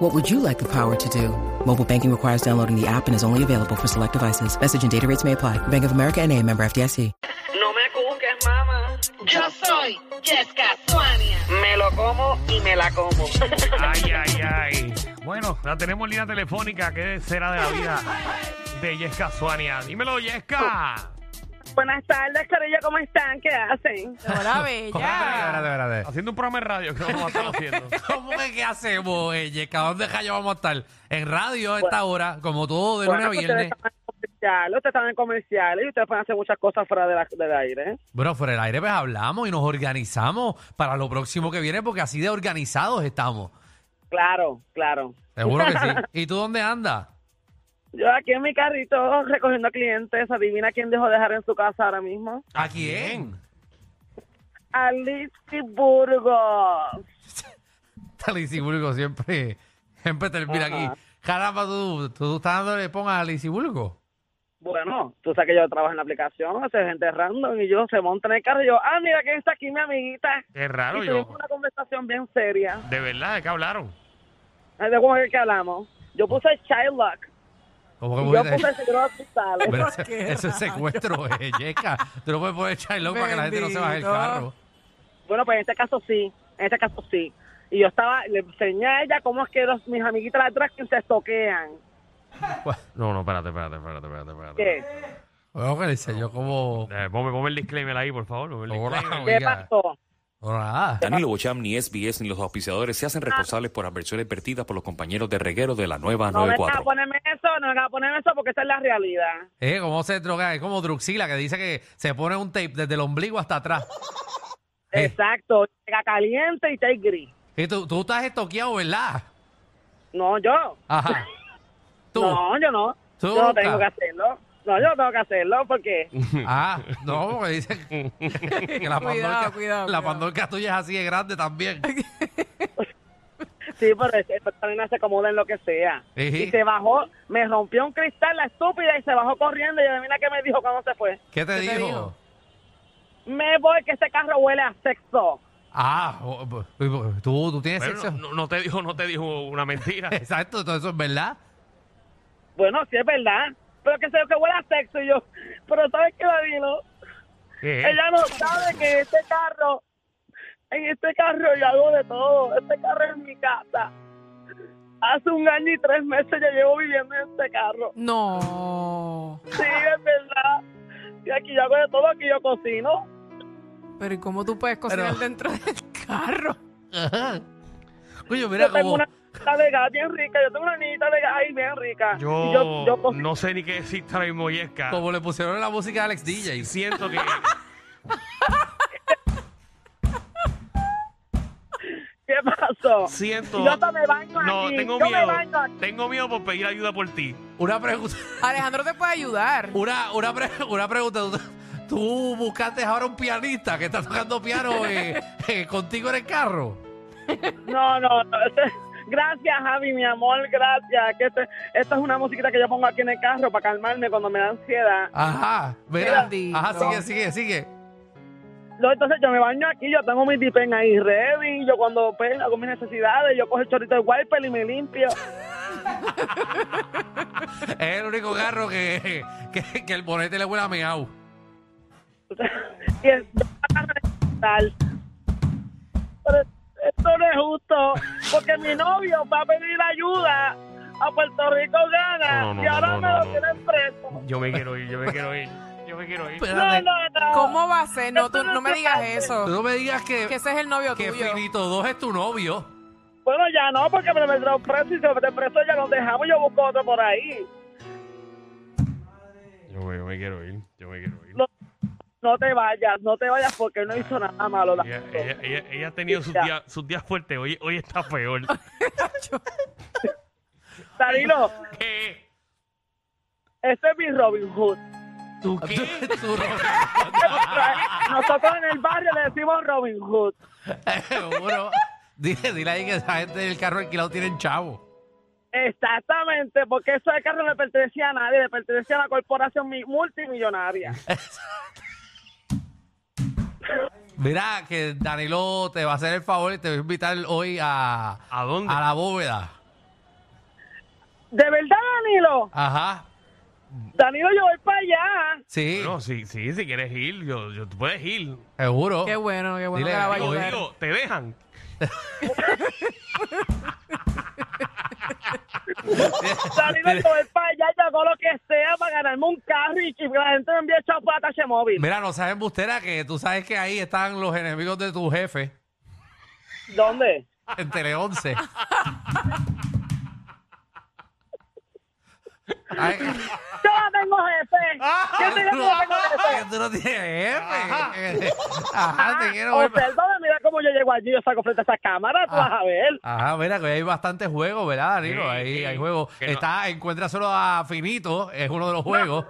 What would you like the power to do? Mobile banking requires downloading the app and is only available for select devices. Message and data rates may apply. Bank of America and a member FDIC. No me cuques, mamá. Yo soy Jessica Suania. Me lo como y me la como. Ay, ay, ay. Bueno, la tenemos en línea telefónica. ¿Qué será de la vida de Yesca Suania? Dímelo, Yesca. Buenas tardes, Carilla, ¿cómo están? ¿Qué hacen? Hola, Espérate, bella. espérate, espérate. Haciendo un programa de radio que vamos a estar haciendo. Eh. ¿Cómo que qué hacemos, eh, Yesca? ¿Dónde rayos vamos a estar? En radio a esta hora, como todo de lunes a Bueno, que ustedes viernes. están en comerciales, ustedes están en comerciales y ustedes pueden hacer muchas cosas fuera de la- del aire. ¿eh? Bueno, fuera del aire pues hablamos y nos organizamos para lo próximo que viene porque así de organizados estamos. Claro, claro. Seguro que sí. ¿Y tú dónde andas? Yo aquí en mi carrito recogiendo clientes, adivina quién dejó dejar en su casa ahora mismo. ¿A quién? A Lizzy Burgos. Lizzy Burgo siempre, siempre termina Ajá. aquí. Caramba, tú, tú estás dándole ponga a Lizzy Burgo. Bueno, tú sabes que yo trabajo en la aplicación, hace gente random y yo se monta en el carro y yo, ah, mira quién está aquí, mi amiguita. Qué raro y yo. tuvimos una conversación bien seria. De verdad, ¿de qué hablaron? ¿De cómo es que hablamos? Yo puse Shylock. Como y que Yo muy- puse Seguro Hospitales. Pero eso, eso es secuestro, eh, Yesca. Tú no puedes poner Shylock para que la gente no se baje del Bendito. carro. Bueno, pues en este caso sí, en este caso sí. Y yo estaba, le enseñé a ella cómo es que los, mis amiguitas las drag queens se toquean. No, no, espérate, espérate, espérate, espérate. espérate. ¿Qué? Bueno, que le enseñó como... Eh, ponme, ponme el disclaimer ahí, por favor. ponme el Hola, disclaimer. ¿Qué oiga. pasó? No, nada. Danilo Bocham, ni SBS, ni los auspiciadores se hacen responsables por adversiones vertidas por los compañeros de reguero de la nueva No me vengas a 94. ponerme eso, no me vengas a ponerme eso porque esa es la realidad. Eh, ¿Cómo se droga? Es como Druxila que dice que se pone un tape desde el ombligo hasta atrás. Eh. Este Exacto, llega caliente y te gris. Y tú, tú estás estoqueado, ¿verdad? No, yo. Ajá. Tú. No, yo no. Tú Yo no nunca. tengo que hacerlo. No, yo no tengo que hacerlo porque... Ah, no, porque dice que la Cuidado, pandorca, cuidado, la cuidado. pandorca tuya es así de grande también. Sí, pero ese- esa nena se acomoda en lo que sea. Ejí. Y se bajó, me rompió un cristal la estúpida y se bajó corriendo y yo, mira qué me dijo cuando se fue. ¿Qué te dijo? dijo? Me voy que ese carro huele a sexo. Ah, o- o- tú, tú tienes Pero sexo. no, no- no te dijo, no te dijo una mentira. Exacto, todo eso es verdad. Bueno, sí es verdad, pero que se que huele a sexo y yo. Pero ¿sabes qué, Danilo? ¿Qué? Ella no sabe que en este carro, en este carro yo hago de todo. Este carro es mi casa. Hace un año y tres meses yo llevo viviendo en este carro. No. Sí, es verdad. Y aquí yo hago de todo, aquí yo cocino. Pero ¿y cómo tú puedes cocinar Pero- dentro del carro? Oye, mira Yo tengo como... una niñita de gas bien rica, yo tengo una niñita de gas ahí bien rica. Y Yo, cocino. no sé ni qué existe ahora mismo, Yesca. Como le pusieron la música a Alex DJ. Siento que... ¿Qué pasó? Siento... Yo hasta me baño No, aquí. tengo yo me miedo. baño aquí. Tengo miedo por pedir ayuda por ti. Una pregunta. Alejandro te puede ayudar. Una, una, pre- una pregunta. ¿Tú, tú buscaste ahora un pianista que está tocando piano eh, eh, contigo en el carro. No, no, no. Gracias, Javi, mi amor, gracias. Que este- esta es una musiquita que yo pongo aquí en el carro para calmarme cuando me da ansiedad. Ajá. Qué Mira. bendito. Ajá, sigue, sigue, sigue. No, entonces yo me baño aquí, yo tengo mi dipen ahí ready. Yo cuando pues, hago mis necesidades, yo cojo el chorrito de wiper y me limpio. Es el único carro que, que, que el bonete le huele a meao. y el- yo me agarro de cristal. Pero esto no es justo, porque mi novio va a pedir ayuda a Puerto Rico Gana No, no, y no, ahora no, me no, lo no. tienen preso. Yo me quiero ir, yo me quiero ir. Yo me quiero ir. No, Espérate. no, no. ¿Cómo va a ser? No, tú no me digas Tú eso. no me digas que, Que ese es el novio que tuyo. Finito 2 es tu novio. Bueno, ya no, porque me metieron preso y si me metieron preso ya nos dejamos. Yo busco otro por ahí. Yo me, yo me quiero ir, yo me quiero ir. No, no te vayas, no te vayas porque él no hizo nada malo. la- Ella, ella- ella- ella ha tenido sus Ya. días, sus días fuertes, hoy, hoy está peor. Danilo, Este ¿Qué? ese es mi Robin Hood. ¿Tú qué? Nosotros en el barrio le decimos Robin Hood. Seguro. Dile, dile ahí que esa gente del carro alquilado tienen chavo. Exactamente, porque eso de carro no le pertenecía a nadie, le pertenecía a la corporación mi- multimillonaria. Mira, que Danilo te va a hacer el favor y te va a invitar hoy a. ¿A dónde? A la bóveda. ¿De verdad, Danilo? Ajá. Danilo, yo voy para allá. Sí, No, sí, sí, si quieres ir, yo, yo- tú puedes ir. seguro. Qué bueno, qué bueno Dile, que la va a digo, ayudar. Digo, te dejan. Danilo, yo voy para allá, yo hago lo que sea para ganarme un carro y que la gente me envíe chavo para Tache Móvil. Mira, no sabes, Bustera, que tú sabes que ahí están los enemigos de tu jefe ¿Dónde? en Tele 11. Ay, Yo no tengo jefe. ¿Qué te digo que no tengo que jefe? tú no tienes jefe. Ajá, te quiero ver. Observa, mira cómo yo llego allí, yo saco frente a esa cámara, tú vas a ver. Ajá, mira, que hay bastantes juegos, ¿verdad, Danilo? Sí, ahí sí. hay juegos. Que no- Está, encuentra solo a Finito, es uno de los juegos.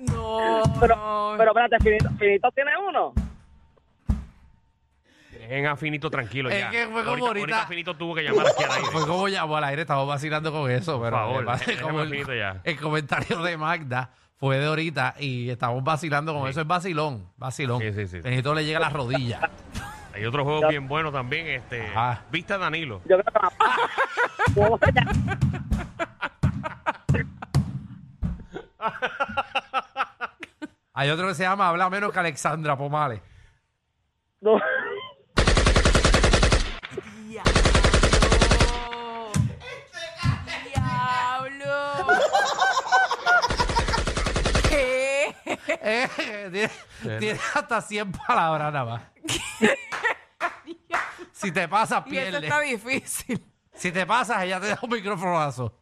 No, no. Pero espérate, Finito, Finito tiene uno. Dejen a Finito tranquilo Es ya. que fue como ahorita- Finito tuvo que llamar aquí al aire. Fue como llamó al aire, estamos vacilando con eso, pero favor, eh, va- déjame como Finito el, ya. el comentario de Magda fue de ahorita y estamos vacilando con eso. Es vacilón, vacilón. Sí, sí, sí. Finito le llega a las rodillas. Hay otro juego bien bueno también, este. Ajá. Vista Danilo. Yo creo que papá. Vamos allá. Hay otro que se llama Habla menos que Alexandra Pomales. No. Diablo. ¿Qué? Eh, tiene, tiene hasta 100 palabras nada más. si te pasas, Y eso pierdes. está difícil. Si te pasas, ella te da un microfonazo.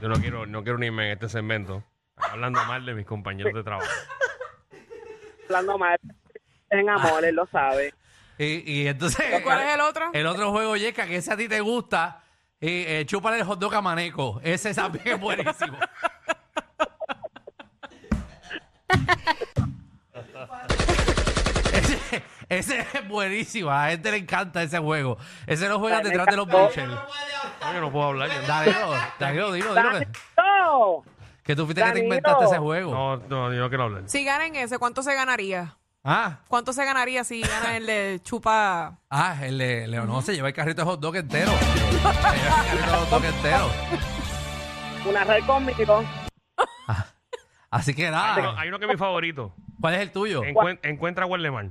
Yo no quiero, no quiero unirme en este segmento. Hablando mal de mis compañeros de trabajo. Hablando mal. En amor, él lo sabe. Y, y entonces. ¿Y cuál es el otro? El otro juego, Yeka, que ese a ti te gusta. Y eh, chúpale el hot dog a Maneco. Ese también es buenísimo. ese, ese es buenísimo. A la gente le encanta ese juego. Ese lo juegan detrás de los buchers. No, yo no puedo hablar. yo no- Danilo, Danilo, dilo, dilo. Que, ¡No! que tú fuiste que te Danilo. inventaste ese juego. No, no, yo no quiero hablar. Si ganan ese, ¿cuánto se ganaría? Ah, ¿Cuánto se ganaría si gana el de chupa? ah, el de Leonor se lleva el carrito de hot dog entero. Se lleva el carrito de hot dog entero. Una red conmigo. Así que Hay uno- nada. hay uno que es mi favorito. ¿Cuál es el tuyo? Encuen- encuentra a Guardemar.